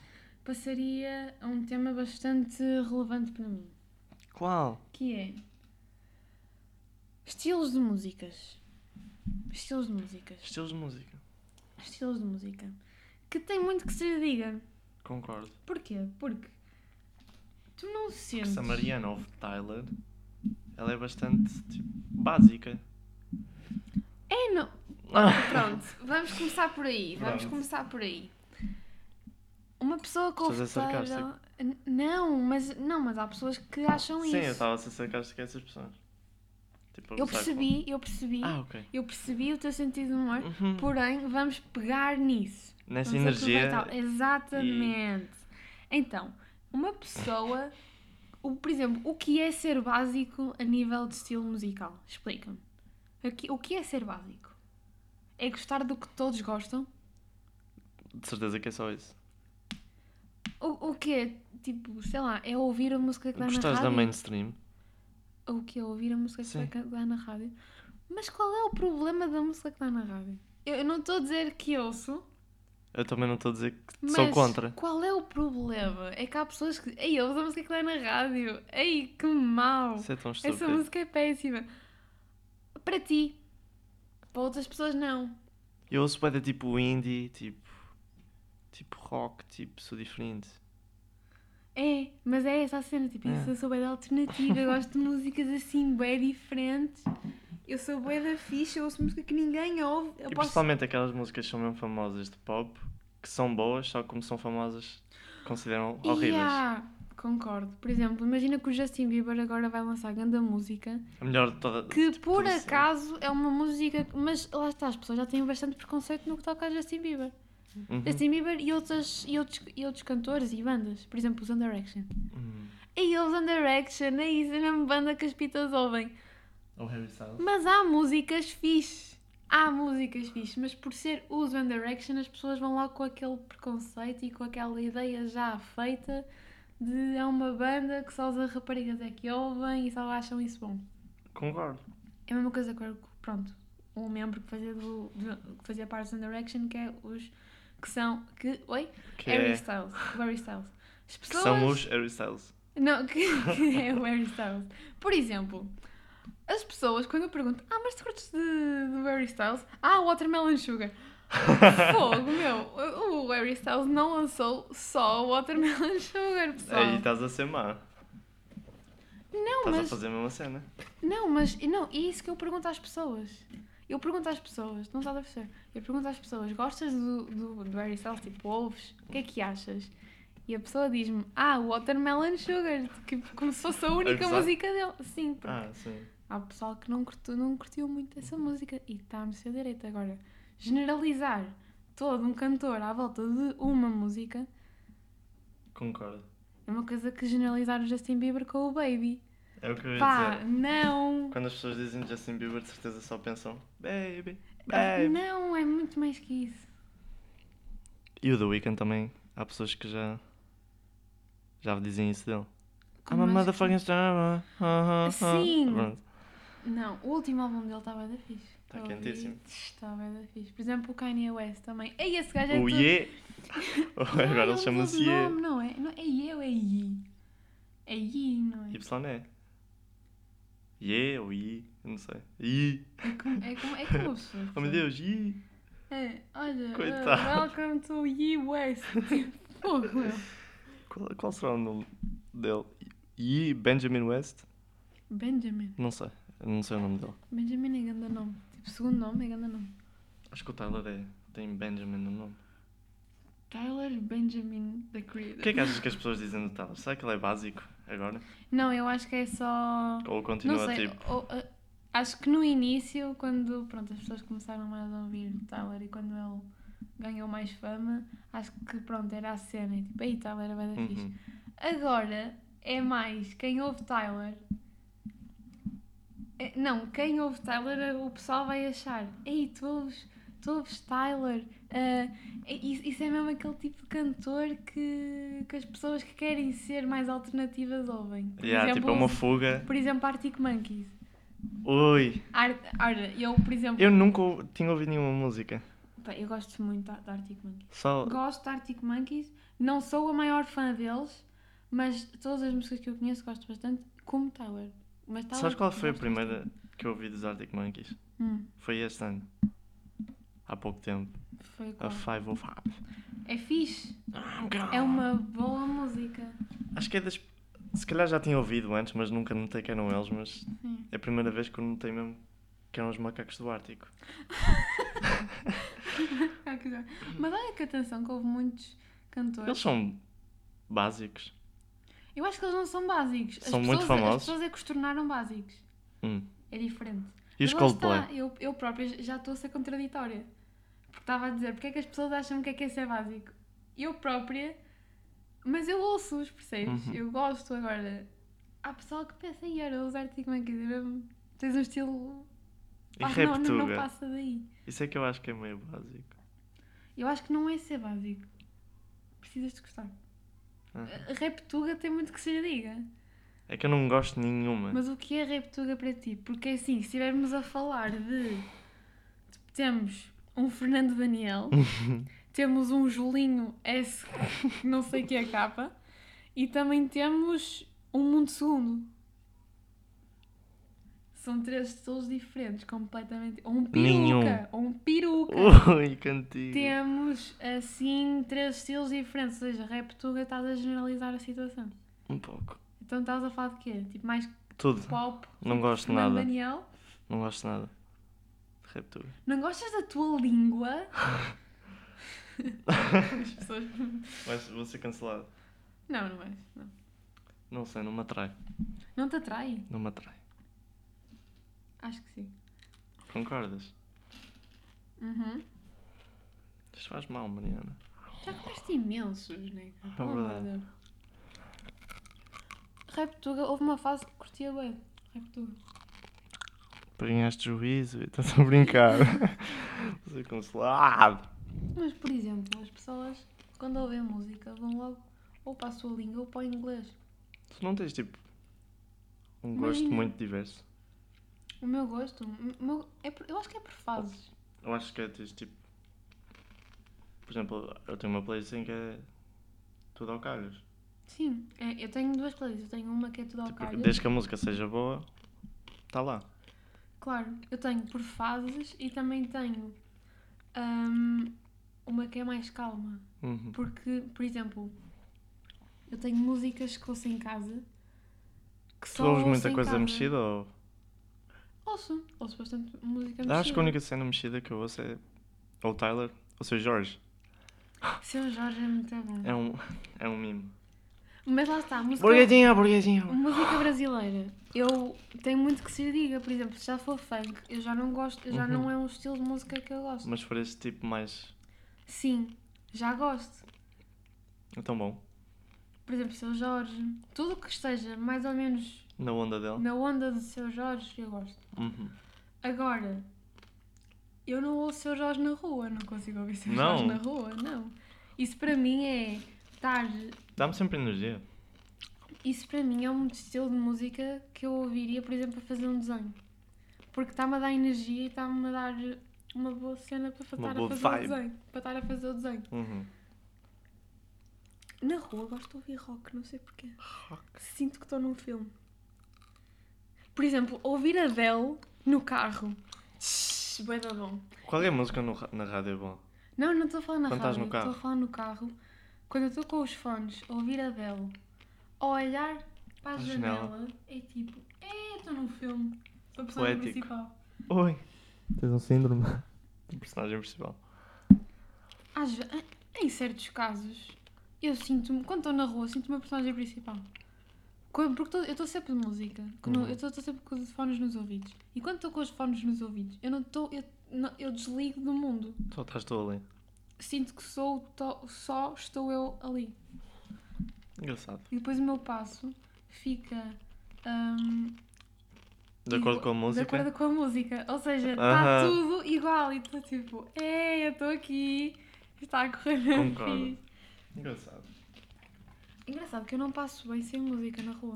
S1: passaria a um tema bastante relevante para mim,
S2: Qual?
S1: que é estilos de músicas. Estilos de músicas.
S2: Estilos de música.
S1: estilos de música que tem muito que se lhe diga.
S2: Concordo.
S1: Porquê? Porque tu não
S2: Porque
S1: sentes.
S2: se a Mariana ouve Tyler, ela é bastante tipo, básica.
S1: É, não.
S2: Pronto.
S1: Pronto, vamos começar por aí. Vamos
S2: Pronto.
S1: começar por aí. Uma pessoa
S2: Estás a ser
S1: confortável. N- Não, mas não, mas há pessoas que acham
S2: Sim, eu
S1: isso.
S2: estava a ser sarcástico a é essas pessoas. Tipo, a
S1: Eu
S2: gozar com-
S1: percebi, eu percebi,
S2: Ah, ok.
S1: eu percebi o teu sentido de humor.
S2: Uhum.
S1: Porém, vamos pegar nisso.
S2: Nessa
S1: Vamos
S2: energia.
S1: aproveitar. Exatamente. Então, uma pessoa. O, por exemplo, o que é ser básico a nível de estilo musical? Explica-me. Aqui- O que é ser básico? É gostar do que todos gostam?
S2: De certeza que é só isso.
S1: O, o que é? Tipo, sei lá, é ouvir a música que dá na
S2: Gostares
S1: rádio?
S2: da mainstream?
S1: O que é ouvir a música
S2: Sim.
S1: que dá na rádio? Mas qual é o problema da música que dá na rádio? Eu, eu não estou a dizer que ouço,
S2: Eu também não estou a dizer que
S1: mas
S2: sou contra.
S1: qual é o problema? É que há pessoas que... Ei, ouve a música que dá na rádio. Ei, que mau.
S2: Isso é tão estúpido.
S1: Oh, Essa música é péssima. Para ti. Para outras pessoas, não.
S2: Eu ouço bué de tipo indie, tipo. Tipo rock, tipo, sou diferente.
S1: É, mas é essa a cena, tipo,
S2: É.
S1: eu sou bué da alternativa, eu gosto de músicas assim bué diferentes, eu sou bué da ficha, eu ouço música que ninguém ouve, eu
S2: e
S1: posso...
S2: principalmente aquelas músicas que são mesmo famosas de pop, que são boas, só que como são famosas, consideram horríveis.
S1: Yeah, concordo. Por exemplo, imagina que o Justin Bieber agora vai lançar ganda música,
S2: A melhor de toda.
S1: que por
S2: tudo assim.
S1: acaso é uma música, que- mas lá está, as pessoas já têm bastante preconceito no que toca a Justin Bieber.
S2: Uhum.
S1: Justin Bieber e, outras, e, outros, e outros cantores e bandas, por exemplo, os One Direction.
S2: Hum.
S1: E eles One Direction, é isso, é a mesma banda que as pitas ouvem.
S2: Ou Harry Styles.
S1: Mas há músicas fixe. Há músicas fixe, mas por ser os One Direction as pessoas vão lá com aquele preconceito e com aquela ideia já feita de é uma banda que só as raparigas é que ouvem e só acham isso bom.
S2: Concordo.
S1: É a mesma coisa que, pronto, um membro que fazia, do, do- que fazia parte dos One Direction que é os que são, que, oi?
S2: Que,
S1: Harry
S2: é-
S1: Styles, o Harry Styles. As
S2: que são os Harry Styles.
S1: não, que, que é o Harry Styles. Por exemplo, as pessoas, quando eu pergunto, ah, mas tu curtes de, do Harry Styles? Ah, Watermelon Sugar. Fogo, meu. O Harry Styles não lançou só o Watermelon Sugar, pessoal.
S2: Aí estás a ser má.
S1: não,
S2: Ah, Estás
S1: mas,
S2: a fazer a mesma cena.
S1: não, mas, não, é isso que eu pergunto às pessoas. Eu pergunto às pessoas, não estás a perceber? Eu pergunto às pessoas, gostas do, do, do Harry Styles? Tipo, ouves? O que é que achas? E a pessoa diz-me, ah, Watermelon Sugar, que, como se fosse a única
S2: gozar?
S1: música dele. Sim, porque
S2: Ah, sim.
S1: Há pessoal que não curtiu, não curtiu muito essa música e está no seu direito. Agora, generalizar todo um cantor à volta de uma música
S2: Concordo.
S1: é uma coisa que generalizar o Justin Bieber com o Baby.
S2: É o que eu ia
S1: Pá,
S2: dizer.
S1: não!
S2: Quando as pessoas dizem Justin Bieber, de certeza só pensam Baby,
S1: Ah,
S2: baby.
S1: Não, é muito mais que isso.
S2: E o The Weeknd também. Há pessoas que já. Já dizem isso dele. I'm
S1: Como
S2: a
S1: acho
S2: É motherfucking star. uh, uh, uh.
S1: Sim.
S2: Pronto.
S1: que- Não, o último álbum dele estava da fixe.
S2: Tá
S1: Ouvi,
S2: quentíssimo.
S1: Está bem da fixe. Por exemplo, o Kanye West também. Ei, esse gajo é
S2: O
S1: todo-
S2: Ye. Agora
S1: Não,
S2: ele
S1: é um
S2: chama-se
S1: outro
S2: Ye.
S1: nome, Não é? Não, é Ye ou é Yi? É Yi, não é?
S2: Y é. Ye ou Ye. eu Não sei. Ye.
S1: É como, é como, é como se fosse.
S2: Oh meu Deus, Ye.
S1: É, olha,
S2: Coitado.
S1: uh, welcome to Ye West. Fogo, meu.
S2: Qual, qual será o nome dele? Ye Benjamin West?
S1: Benjamin.
S2: Não sei. Eu Não sei o nome dele.
S1: Benjamin é grande nome. Tipo, segundo nome é grande nome.
S2: Acho que o Tyler é, tem Benjamin no nome.
S1: Tyler Benjamin the Creator.
S2: O que é que achas que as pessoas dizem do Tyler? Será que ele é básico agora?
S1: Não, eu acho que é só...
S2: Ou
S1: Não
S2: continua
S1: sei,
S2: tipo.
S1: ou, uh, acho que no início, quando pronto, as pessoas começaram mais a ouvir o Tyler e quando ele ganhou mais fama, acho que pronto, era a cena. E tipo, aí Tyler, vai da fixe.
S2: Uhum.
S1: Agora é mais quem ouve Tyler. É, Não, quem ouve Tyler, eh, o pessoal vai achar. Ei, tu ouves, tu ouves Tyler. ah, é- isso isso é mesmo aquele tipo de cantor que, que as pessoas que querem ser mais alternativas ouvem. Por
S2: Yeah, tipo, é uma fuga.
S1: por exemplo, Arctic Monkeys.
S2: Ui.
S1: Ar, olha, eu, por exemplo,
S2: Eu nunca ou- tinha ouvido nenhuma música.
S1: Pá, eu gosto muito da da Arctic Monkeys.
S2: Só.
S1: Gosto de Arctic Monkeys, não sou a maior fã deles, mas todas as músicas que eu conheço gosto bastante, como Tyler. Mas Tyler
S2: Sabes qual foi a
S1: gosto
S2: primeira
S1: bastante.
S2: que eu ouvi dos Arctic Monkeys?
S1: Hum,
S2: Foi este ano. Há pouco tempo.
S1: foi
S2: A
S1: qual?
S2: 505. Oh,
S1: É fixe, é uma boa música.
S2: Acho que é das. Se calhar já tinha ouvido antes, mas nunca notei que eram eles, mas
S1: Sim.
S2: é a primeira vez que eu notei mesmo que eram os macacos do Ártico.
S1: Ah, que dó. Mas olha que atenção que houve muitos cantores.
S2: Eles são básicos.
S1: Eu acho que eles não são básicos. As
S2: São
S1: pessoas,
S2: muito famosos.
S1: As pessoas é que os tornaram básicos.
S2: Hum.
S1: É diferente.
S2: E os
S1: Mas lá está,
S2: Coldplay?
S1: Eu, eu própria já estou a ser contraditória. Porque estava a dizer, porque é que as pessoas acham que é que é ser básico? Eu própria, mas eu ouço-os, percebes?
S2: Uhum.
S1: Eu gosto agora. Há pessoal que pensa, e era os Arctic Monkeys, é mesmo- tens um estilo...
S2: E
S1: Ah, não, não, não
S2: Reptuga?
S1: passa daí.
S2: Isso é que eu acho que é meio básico.
S1: Eu acho que não é ser básico. Precisas de gostar.
S2: Ah.
S1: A Reptuga tem muito que se lhe diga.
S2: É que eu não gosto de nenhuma.
S1: Mas o que é Reptuga para ti? Porque assim, se estivermos a falar de. Temos um Fernando Daniel, temos um Julinho S, não sei que é a capa, e também temos um Mundo Segundo. São três estilos diferentes, completamente. Ou um peruca,
S2: Nenhum.
S1: ou um peruca.
S2: Ui, cantigo.
S1: Temos assim três estilos diferentes, ou seja, Reptuga estás a generalizar a situação.
S2: Um pouco.
S1: Então estás a falar de quê? Tipo, mais
S2: Tudo.
S1: pop.
S2: Não
S1: tipo
S2: gosto de
S1: Fernando
S2: nada.
S1: Daniel.
S2: Não gosto de nada. De Reptuga.
S1: Não gostas da tua língua? As pessoas.
S2: Mas vou ser cancelado.
S1: Não, não és. Não,
S2: Não sei, não me atrai.
S1: não te atrai?
S2: Não me atrai.
S1: Acho que sim.
S2: Concordas?
S1: Uhum.
S2: Isto faz mal, Mariana.
S1: Já comeste imensos, né?
S2: É verdade.
S1: Reptuga, houve uma fase que curtia bem. Reptuga.
S2: Apanhaste juízo e estás a brincar. Vou ser cancelado.
S1: Mas, por exemplo, as pessoas, quando ouvem música, vão logo ou para a sua língua ou para o inglês.
S2: Tu não tens tipo um gosto
S1: Imagina.
S2: muito diverso.
S1: O meu gosto, o meu- é por- eu acho que é por fases.
S2: Eu acho que é tens tipo. Por exemplo, eu tenho uma playlist em que é tudo ao calhas.
S1: Sim, é, eu tenho duas playlists. Eu tenho uma que é tudo ao
S2: Tipo,
S1: calhas.
S2: desde que a música seja boa, está lá.
S1: Claro, eu tenho por fases e também tenho hum, uma que é mais calma.
S2: Uhum.
S1: Porque, por exemplo, eu tenho músicas que ouço em casa que
S2: Tu
S1: só
S2: ouves
S1: ouço
S2: muita
S1: em
S2: coisa
S1: casa.
S2: mexida ou.
S1: Ouço, ouço bastante música mexida.
S2: Acho que a única cena mexida que eu ouço é. Ou Tyler, ou seu Jorge.
S1: Seu Jorge é muito bom.
S2: É um, é um mimo.
S1: Mas lá está, música...
S2: Burguesinha, burguesinha.
S1: Música brasileira. Eu tenho muito que se lhe diga, por exemplo, se já for funk, eu já não gosto, eu já
S2: Uhum.
S1: não é um estilo de música que eu gosto.
S2: Mas for esse tipo mais.
S1: Sim, já gosto.
S2: É tão bom.
S1: Por exemplo, seu Jorge, tudo o que esteja mais ou menos
S2: Na onda dela.
S1: na onda do seu Jorge, eu gosto.
S2: Uhum.
S1: Agora, eu não ouço seu Jorge na rua, não consigo ouvir seu
S2: Não.
S1: Jorge na rua, não. Isso para mim é estar.
S2: Dá-me sempre energia.
S1: Isso para mim é um estilo de música que eu ouviria, por exemplo, a fazer um desenho. Porque está-me a dar energia e está-me a dar uma boa cena para estar
S2: Uma
S1: a
S2: boa
S1: fazer
S2: vibe.
S1: o desenho. Para estar a fazer o desenho.
S2: Uhum.
S1: Na rua gosto de ouvir rock, não sei porquê. Sinto que estou num filme. Por exemplo, ouvir Adele no carro. Shhh, bué da bom.
S2: Qual é a música no ra- na rádio é bom?
S1: Não, não estou a falar na
S2: Quando estás
S1: rádio,
S2: no carro.
S1: estou a falar no carro. Quando eu estou com os fones, a ouvir Adele, ou olhar para a
S2: A
S1: janela,
S2: janela.
S1: é tipo, é, estou num filme. Sou a personagem
S2: Poético.
S1: principal.
S2: Oi. Tens um síndrome. personagem principal.
S1: Às ve- eh, em certos casos, eu sinto-me, quando estou na rua, sinto-me a personagem principal. Quando- Porque tô- eu estou sempre de música, que não-
S2: Uhum.
S1: eu estou sempre com os fones nos ouvidos. E quando estou com os fones nos ouvidos, eu não estou, eu, não- eu desligo do mundo.
S2: Só estás tu ali.
S1: Sinto que sou to- só estou eu ali.
S2: Engraçado.
S1: E depois o meu passo fica. hum,
S2: De acordo
S1: igua-
S2: com a música.
S1: De acordo com a música. Ou seja, está
S2: Aham.
S1: tudo igual. E estou tipo, é, eu estou aqui. Está a correr bem
S2: Concordo.
S1: fixe."
S2: Engraçado.
S1: Engraçado que eu não passo bem sem música na rua.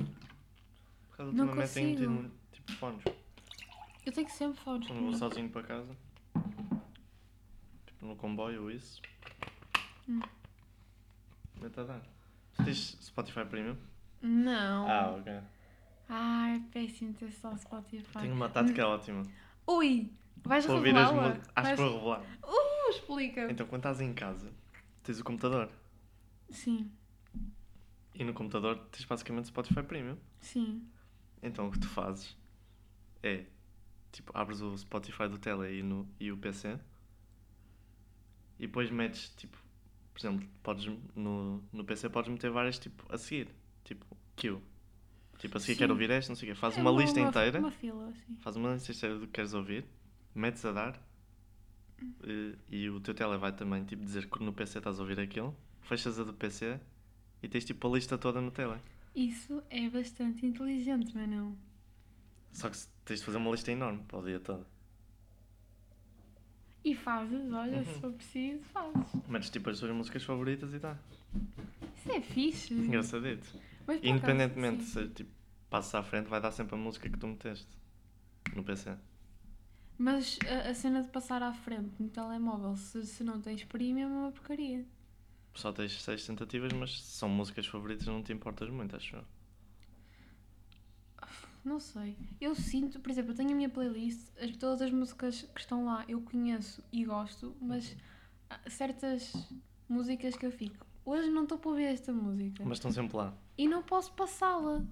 S2: Por causa
S1: Não
S2: ultimamente tenho tido
S1: consigo.
S2: muito tipo fones.
S1: Eu tenho sempre fones
S2: Quando vou
S1: comigo.
S2: sozinho para casa. Tipo no comboio ou isso.
S1: Hum.
S2: Mete a dar. Tu tens Spotify Premium?
S1: Não.
S2: Ah, ok.
S1: Ai, é péssimo ter só Spotify.
S2: Tenho uma tática ótima.
S1: Ui, vais
S2: Para ouvir as
S1: revelá-la?
S2: músicas. Acho que
S1: Vais...
S2: vou Então, revelar.
S1: Uh, explica.
S2: Então, quando estás em casa, tens o computador.
S1: Sim.
S2: E no computador tens basicamente Spotify Premium.
S1: Sim.
S2: Então o que tu fazes é tipo, abres o Spotify do tele e, no, e o PC e depois metes tipo, por exemplo, podes, no, no PC podes meter várias tipo a seguir, tipo queue. Tipo, a seguir
S1: Sim.
S2: quero ouvir esta, não sei o quê. Faz
S1: É
S2: uma, lista inteira,
S1: Uma fila, assim.
S2: faz uma lista inteira do que queres ouvir, metes a dar e, e o teu tele vai também tipo, dizer que no PC estás a ouvir aquilo, fechas a do PC e tens tipo a lista toda no tele.
S1: Isso é bastante inteligente, mas não.
S2: Só que se- tens de fazer uma lista enorme para o dia todo.
S1: E fazes, olha,
S2: Uhum.
S1: se for preciso, fazes.
S2: Metes tipo as tuas músicas favoritas e tá.
S1: Isso é fixe.
S2: Engraçadito.
S1: Mas, por acaso,
S2: Independentemente
S1: sim.
S2: se tipo, passas à frente, vai dar sempre a música que tu meteste no PC.
S1: Mas a, a cena de passar à frente no telemóvel, se, se não tens premium, é uma porcaria.
S2: Só tens seis tentativas, mas se são músicas favoritas, não te importas muito, acho eu.
S1: Uhum. Não sei. Eu sinto, por exemplo, eu tenho a minha playlist, as, todas as músicas que estão lá eu conheço e gosto,
S2: Uhum.
S1: mas há certas músicas que eu fico. Hoje não estou para ouvir esta música.
S2: Mas estão sempre lá.
S1: E não posso passá-la.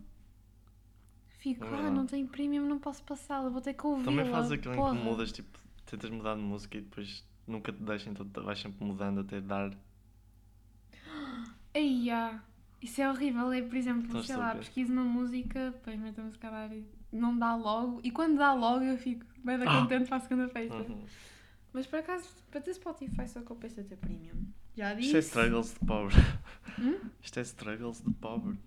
S1: Fico,
S2: É
S1: ah,
S2: verdade.
S1: não tenho premium, não posso passá-la, vou ter que ouvir.
S2: Também fazes aquilo em que mudas, tipo, tentas mudar de música e depois nunca te deixam, então tu vais sempre mudando até dar.
S1: Ai, ah, isso é horrível. É, por exemplo,
S2: Estás
S1: sei lá,
S2: super.
S1: pesquiso uma música, depois meto a música a dar e não dá logo. E quando dá logo eu fico bem da
S2: Ah.
S1: contente para a segunda festa.
S2: Uhum.
S1: Mas por acaso, para ter Spotify só compensa ter premium. Já disse.
S2: Isto é struggles de pobre.
S1: Hum?
S2: Isto é struggles de pobre.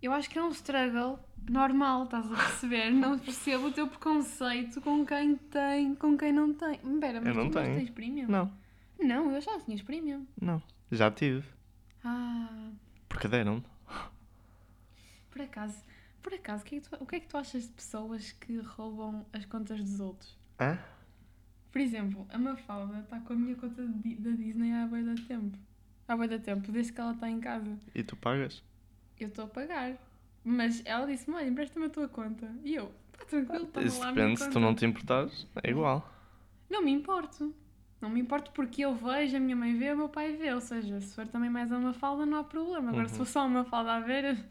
S1: Eu acho que é um struggle normal, estás a perceber? não percebo o teu preconceito com quem tem, com quem não tem. Espera, mas
S2: Eu não
S1: tu
S2: tenho.
S1: tens premium?
S2: Não,
S1: Não, eu já tinhas premium.
S2: não. Já tive.
S1: Ah,
S2: Porque deram
S1: por acaso, por acaso, o que, é que tu, o que é que tu achas de pessoas que roubam as contas dos outros?
S2: Hã?
S1: Por exemplo, a Mafalda está com a minha conta de Di- da Disney há boi da tempo. Há boi da tempo, desde que ela está em casa.
S2: E tu pagas?
S1: Eu estou a pagar. Mas ela disse, mãe, empresta-me a tua conta. E eu, está tranquilo, toma
S2: Isso
S1: lá a minha
S2: depende, se tu
S1: conta."
S2: não te importares, é igual.
S1: Não me importo. Não me importo porque eu vejo, a minha mãe vê, o meu pai vê. Ou seja, se for também mais uma falda, não há problema. Agora, se
S2: Uhum.
S1: for só uma falda a ver, eu-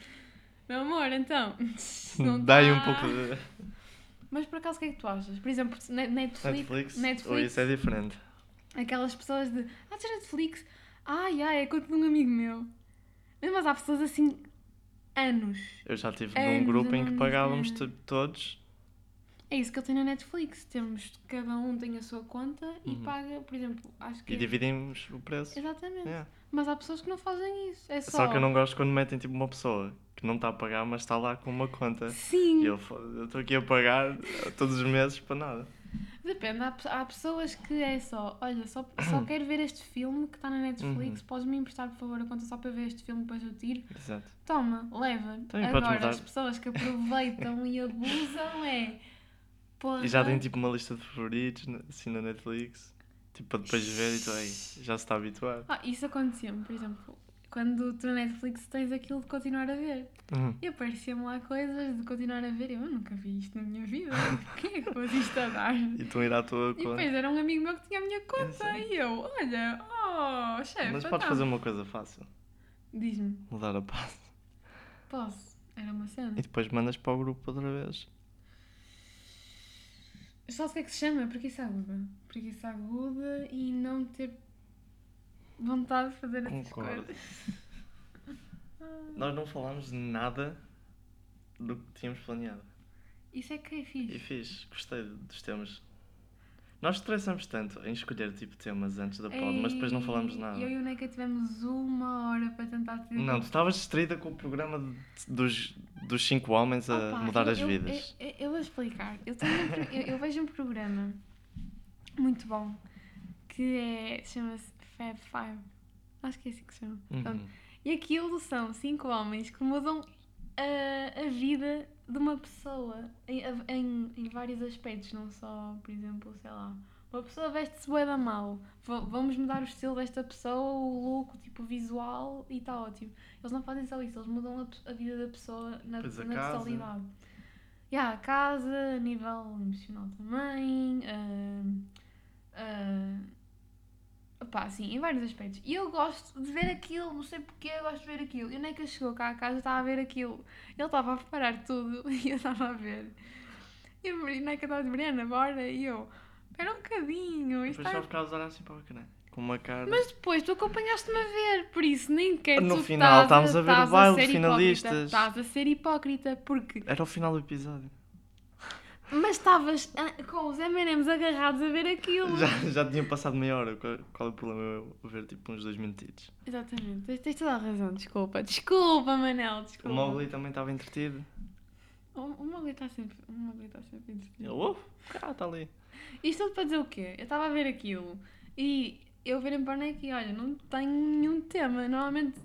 S1: meu amor, então. não
S2: Dá aí um
S1: dá.
S2: pouco de.
S1: Mas por acaso, o que é que tu achas? Por exemplo, ne- Netflix.
S2: Netflix? Ou isso é diferente.
S1: Aquelas pessoas de. Ah, tens Netflix? Ai, ai, é conta de um amigo meu. Mas há pessoas assim. anos.
S2: Eu já estive
S1: É,
S2: num grupo em
S1: mas
S2: que
S1: não-
S2: pagávamos
S1: é.
S2: tipo, todos.
S1: É isso que eu tenho na Netflix. Temos. Cada um tem a sua conta e
S2: Uhum.
S1: paga, por exemplo, acho que.
S2: E dividimos o preço.
S1: Exatamente.
S2: Yeah.
S1: Mas há pessoas que não fazem isso. É só.
S2: Só que eu não gosto quando metem tipo uma pessoa que não está a pagar, mas está lá com uma conta.
S1: Sim,
S2: E eu fo- eu estou aqui a pagar todos os meses para nada.
S1: depende. Há, pe- há pessoas que é só, olha, só,
S2: Uhum.
S1: só quero ver este filme que está na Netflix, podes-me emprestar, por favor, a conta só para ver este filme, depois eu tiro.
S2: Exato.
S1: Toma, leva.
S2: Também podes
S1: Agora,
S2: mudar.
S1: as pessoas que aproveitam e abusam é... Porra,
S2: E já tem tipo uma lista de favoritos na- assim na Netflix. Tipo, para depois ver e tu aí, já se está habituado.
S1: Ah, isso acontecia-me, por exemplo, quando tu na Netflix tens aquilo de continuar a ver.
S2: Uhum.
S1: E aparecia-me lá coisas de continuar a ver. Eu nunca vi isto na minha vida. Quem é que pôs isto a dar?
S2: E tu ir à tua
S1: E
S2: conta.
S1: depois era um amigo meu que tinha a minha conta
S2: sei.
S1: e eu, olha, oh, chefe,
S2: Mas
S1: então.
S2: podes fazer um- uma coisa fácil:
S1: Diz-me,
S2: mudar a pasta.
S1: posso? Era uma cena.
S2: E depois mandas para o grupo outra vez.
S1: Só o que é que se chama? Preguiça aguda. Preguiça aguda e não ter vontade de fazer essas
S2: Concordo.
S1: coisas.
S2: Nós não falámos de nada do que tínhamos planeado.
S1: Isso é que é
S2: E
S1: fixe.
S2: fiz, gostei dos temas. Nós estressamos tanto em escolher tipo temas antes da pod, mas depois não falamos
S1: Ei,
S2: nada.
S1: Eu e o Neca tivemos uma hora para tentar decidir.
S2: Não, tu estavas distraída com o programa de- dos, dos cinco homens a
S1: Opa,
S2: mudar
S1: eu-
S2: as
S1: eu-
S2: vidas.
S1: Eu, eu- eu vou explicar. Eu, tenho um pro- eu- eu vejo um programa muito bom que é, chama-se Fab Five. Acho que é assim que se chama. Pronto.
S2: Uhum.
S1: E aquilo são cinco homens que mudam a, a vida de uma pessoa em, em, em vários aspectos, não só, por exemplo, sei lá. Uma pessoa veste-se bué da mal. Va- Vamos mudar o estilo desta pessoa, o look, tipo, o visual e está ótimo. Eles não fazem só isso, eles mudam a, pe- a vida da pessoa na,
S2: Pois a
S1: na
S2: casa.
S1: totalidade. E há a casa, a hum, nível emocional também. ah, ah, Pá, sim, em vários aspectos. E eu gosto de ver aquilo, não sei porque eu gosto de ver aquilo. E o Neca chegou cá a casa, eu estava a ver aquilo. Ele estava a preparar tudo e eu estava a ver. E o Neca estava de Briana, bora. E eu, espera um bocadinho. Isto
S2: Depois
S1: está...
S2: só ficava a usar assim para o canal. Com uma cara.
S1: Mas depois tu acompanhaste-me a ver, por isso nem quero
S2: No
S1: tu
S2: final,
S1: estás
S2: estávamos a ver o
S1: estás
S2: baile
S1: ser
S2: de
S1: hipócrita.
S2: finalistas.
S1: Estás a ser hipócrita, porque.
S2: Era o final do episódio.
S1: Mas estavas ah, com os M&M's agarrados a ver aquilo.
S2: Já, já tinha passado meia hora. Qual, qual é o problema eu ver tipo uns dois minutitos?
S1: Exatamente, tens, tens toda a razão, desculpa. Desculpa, Manel,
S2: O
S1: desculpa.
S2: Mowgli também estava entretido.
S1: O- o Mowgli está tá sempre, o Mowgli está sempre
S2: Ele,
S1: entretido.
S2: oh, ah, está ali.
S1: Isto tudo para dizer o quê? Eu estava a ver aquilo e eu virei para o Neco e olha, não tenho nenhum tema. Normalmente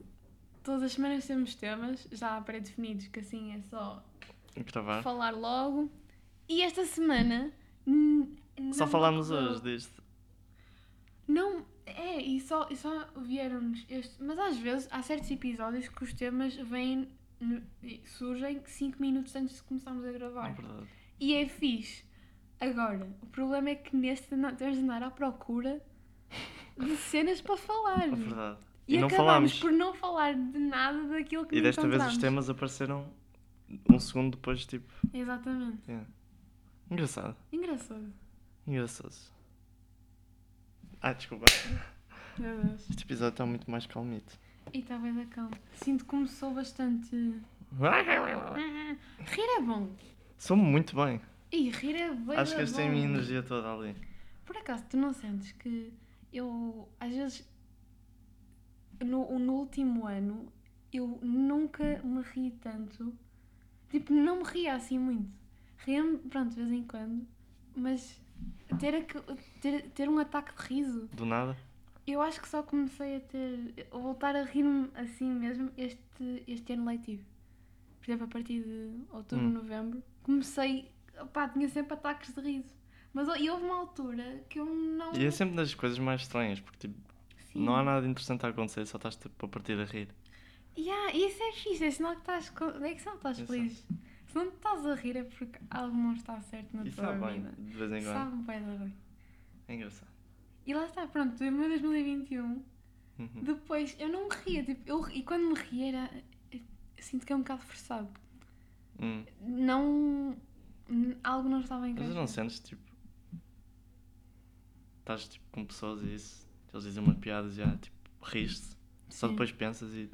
S1: todas as semanas temos temas já pré-definidos, que assim é só
S2: Gravar.
S1: falar logo. E esta semana. n-
S2: Só
S1: não me
S2: falámos
S1: ocorreu.
S2: hoje disto.
S1: Não, é, e só, e só vieram-nos este. Mas às vezes há certos episódios que os temas vêm. no- e surgem 5 minutos antes de começarmos a
S2: É
S1: gravar.
S2: verdade.
S1: E é fixe. Agora, o problema é que neste não- temos de andar à procura de cenas para falar.
S2: É verdade.
S1: E,
S2: E não
S1: acabamos
S2: falámos.
S1: por não falar de nada daquilo que
S2: E desta vez os
S1: encontramos.
S2: temas apareceram um segundo depois, tipo.
S1: Exatamente.
S2: é. Engraçado.
S1: Engraçado.
S2: Engraçado. Ah, desculpa.
S1: Meu Deus.
S2: Este episódio está muito mais calmito.
S1: E talvez a calma. Sinto que começou bastante. Rir é bom.
S2: Sou muito bem.
S1: E rir é bem
S2: Acho que
S1: bom.
S2: eles têm a minha energia toda ali.
S1: Por acaso, tu não sentes que eu, às vezes, no, no último ano, eu nunca me ri tanto. Tipo, não me ria assim muito. Ria-me, pronto, de vez em quando, mas ter, aque- ter, ter um ataque de riso,
S2: Do nada.
S1: eu acho que só comecei a ter, a voltar a rir-me assim mesmo este, este ano letivo. Por exemplo, a partir de outubro,
S2: Hum.
S1: novembro, comecei, pá, tinha sempre ataques de riso. Mas e houve uma altura que eu não.
S2: E é sempre das coisas mais estranhas, porque tipo,
S1: Sim.
S2: não há nada interessante a acontecer, só estás tipo, a partir a rir.
S1: Yeah, isso é fixe, é sinal que estás. co- É que sinal que estás
S2: Exato.
S1: feliz. Se não estás a rir é porque algo não está certo na
S2: E
S1: tua
S2: sabe bem,
S1: vida.
S2: de vez em quando.
S1: Sabe bem, bem.
S2: É engraçado.
S1: E lá está, pronto, em 2021,
S2: Uhum.
S1: depois eu não me ria, tipo, eu, e quando me ria era. eu Sinto que é um bocado forçado.
S2: Hum.
S1: Não. n- Algo não estava em
S2: Mas
S1: casa.
S2: não sentes tipo. Estás tipo com pessoas e isso. Eles dizem umas piadas e ah, tipo, riste. Só
S1: Sim.
S2: depois pensas e.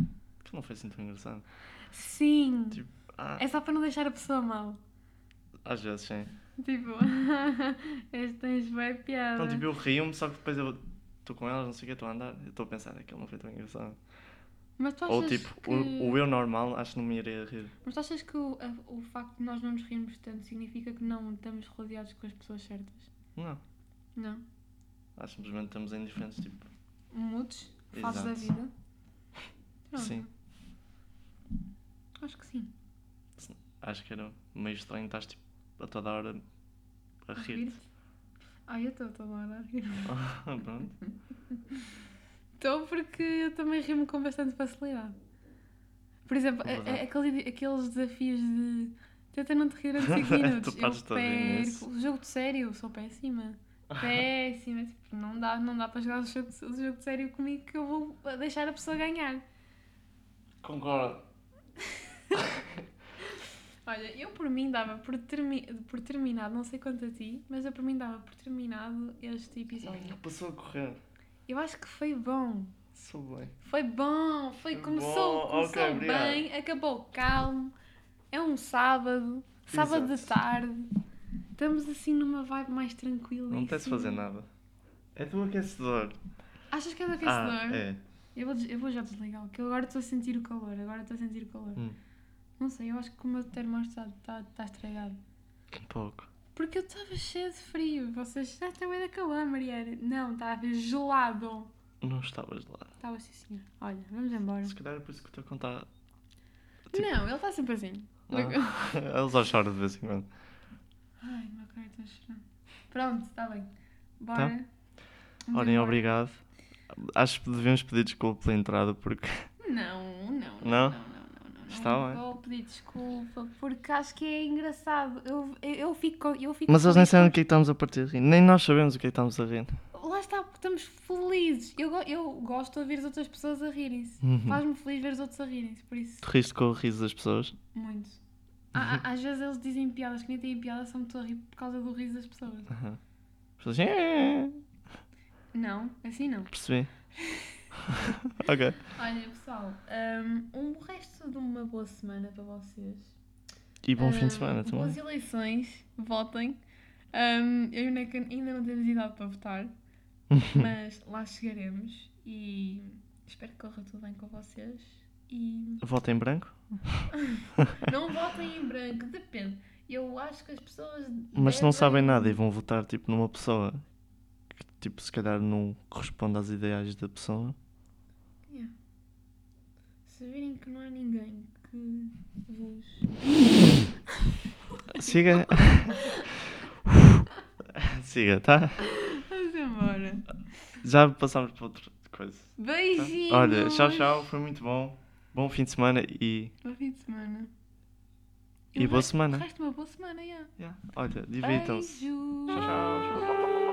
S2: Que não foi assim tão engraçado.
S1: Sim!
S2: Tipo, ah,
S1: É só para não deixar a pessoa mal.
S2: às vezes sim.
S1: Tipo, este tens bem piada.
S2: Então tipo, eu rio-me, só que depois eu estou com elas, não sei o que, estou a andar. Eu estou a pensar, aquilo não foi tão engraçado.
S1: Mas tu achas
S2: Ou tipo,
S1: que...
S2: o, o eu normal, acho que não me iria rir.
S1: Mas tu achas que o, a- o facto de nós não nos rirmos tanto significa que não estamos rodeados com as pessoas certas?
S2: Não.
S1: Não?
S2: Acho que simplesmente estamos em diferentes, tipo.
S1: Mudos? Fases da
S2: Exato.
S1: vida? Pronto.
S2: Sim.
S1: Acho que sim.
S2: Acho que era meio estranho, estás tipo a toda hora a rir.
S1: Rir-te? Ai, eu estou toda hora a rir.
S2: Pronto.
S1: Estou porque eu também rimo com bastante facilidade. Por exemplo, é, a- a-
S2: É Verdade.
S1: aqueles, aqueles desafios de tenta não te rir durante 5
S2: Tu
S1: minutos.
S2: pares
S1: eu
S2: todo dia nisso.
S1: perco. O jogo de sério, eu sou péssima. Péssima. tipo, não dá, não dá para jogar o jogo, de- o jogo de sério comigo que eu vou deixar a pessoa ganhar.
S2: Concordo.
S1: Olha, eu por mim dava por, termi por terminado, não sei quanto a ti, mas eu por mim dava por terminado este episódio.
S2: Passou a correr.
S1: Eu acho que foi bom.
S2: Sou bem.
S1: Foi bom, foi,
S2: Foi
S1: começou,
S2: bom,
S1: começou
S2: ok, obrigado.
S1: bem, acabou calmo. É um sábado, sábado de
S2: Exato.
S1: tarde. Estamos assim numa vibe mais tranquila.
S2: Não
S1: em
S2: tens de
S1: cima.
S2: fazer nada. É do aquecedor.
S1: Achas que é do
S2: Ah,
S1: aquecedor?
S2: é.
S1: eu, vou, des- eu vou já desligar, porque eu agora estou a sentir o calor, agora estou a sentir o calor.
S2: Hum.
S1: Não sei, eu acho que o meu termostato está está estragado.
S2: Um pouco.
S1: Porque eu estava cheia de frio, vocês ah, já estão bem da calama, e era- Não, estava gelado.
S2: Não estavas lá.
S1: Estava assim, senhor. Olha, vamos embora.
S2: Se calhar é por isso que estou a contar. tipo-
S1: Não, ele está sempre assim.
S2: Ah. Eles só choram de vez em quando.
S1: Ai, meu cara, estou a chorar. Pronto, está bem. Bora. Vamos
S2: Tá. Olhem,
S1: embora.
S2: obrigado. Acho que devemos pedir desculpa pela entrada porque
S1: Não, não, não.
S2: Não?
S1: Não, não, não. não, não.
S2: Está
S1: Não
S2: bem.
S1: Vou pedir desculpa porque acho que é engraçado. Eu, eu, eu fico. Eu fico
S2: Mas eles nem
S1: feliz
S2: sabem do que é que estamos a partir a rir. Nem nós sabemos o que é que estamos a rir.
S1: com- Lá está, porque estamos felizes. Eu, go- eu gosto de ouvir as outras pessoas a rirem-se.
S2: Uhum.
S1: Faz-me feliz ver os outros a rirem-se, por isso,
S2: Tu riste com o riso das pessoas?
S1: muito.
S2: Uhum.
S1: Há- há- às vezes eles dizem piadas que nem têm piada, só me estou a rir por causa do riso das pessoas.
S2: Aham. As pessoas assim, "É",
S1: Não, assim não.
S2: percebi. ok.
S1: Olha, pessoal, hum, um, resto de uma boa semana para vocês.
S2: E bom fim
S1: Hum,
S2: de semana também.
S1: Boas eleições, votem. Hum, eu e o Neca ainda não temos idade para votar, mas lá chegaremos e espero que corra tudo bem com vocês. E
S2: Volta em branco?
S1: não votem em branco, depende. Eu acho que as pessoas.
S2: Mas não
S1: devem-
S2: sabem nada e vão votar tipo numa pessoa que tipo se calhar não corresponde às ideais da pessoa.
S1: Yeah. Se virem que não há ninguém que vos.
S2: Siga. Siga, tá?
S1: Vamos embora.
S2: Já passámos para outra coisa. tá?
S1: Beijinhos!
S2: Olha, tchau, tchau, foi muito bom. Bom fim de semana e,
S1: Bom fim de semana.
S2: e
S1: o
S2: boa
S1: resto- O
S2: semana.
S1: resto de uma boa semana, yeah.
S2: Yeah. Olha, divirtam-se.
S1: Beijos.
S2: tchau, tchau.